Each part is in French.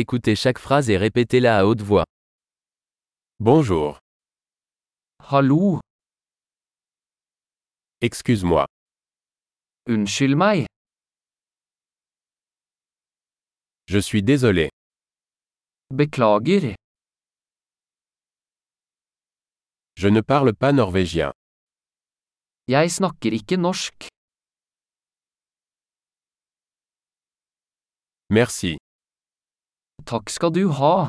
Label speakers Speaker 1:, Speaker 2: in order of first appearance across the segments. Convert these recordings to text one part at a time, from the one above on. Speaker 1: Écoutez chaque phrase et répétez-la à haute voix.
Speaker 2: Bonjour.
Speaker 1: Hallo,
Speaker 2: Excuse-moi.
Speaker 1: unnskyld meg,
Speaker 2: Je suis désolé.
Speaker 1: beklager,
Speaker 2: Je ne parle pas norvégien.
Speaker 1: jeg snakker ikke norsk.
Speaker 2: Merci.
Speaker 1: Takk skal du ha,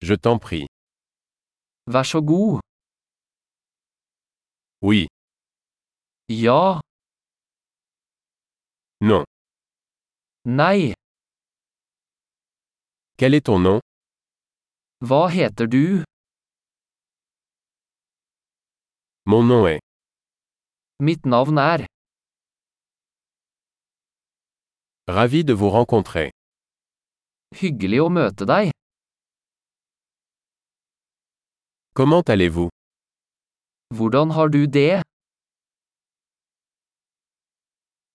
Speaker 2: Je t'en prie.
Speaker 1: vær så god.
Speaker 2: Oui.
Speaker 1: Ja,
Speaker 2: Non.
Speaker 1: nei,
Speaker 2: Quel est ton nom
Speaker 1: hva heter du?
Speaker 2: Mon nom est.
Speaker 1: Mitt navn er.
Speaker 2: Ravi de vous rencontrer.
Speaker 1: Hyggelig å møte deg.
Speaker 2: Comment allez-vous
Speaker 1: Hvordan har du det?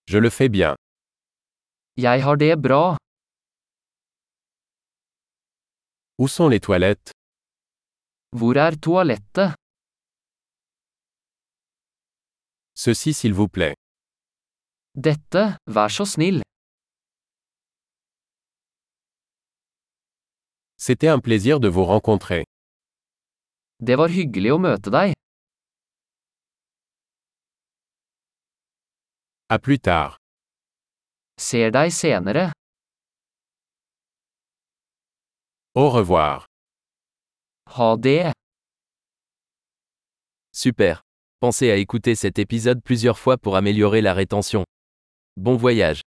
Speaker 2: Je le fais bien.
Speaker 1: Jeg har det bra.
Speaker 2: Où sont les toilettes
Speaker 1: Hvor er toalettet?
Speaker 2: Ceci s'il vous plaît.
Speaker 1: Dette, vær så snill.
Speaker 2: C'était un plaisir de vous rencontrer.
Speaker 1: Det var hyggelig å møte deg.
Speaker 2: À plus tard.
Speaker 1: Ser deg senere.
Speaker 2: Au revoir.
Speaker 1: Ha det. Super. Pensez à écouter cet épisode plusieurs fois pour améliorer la rétention. Bon voyage.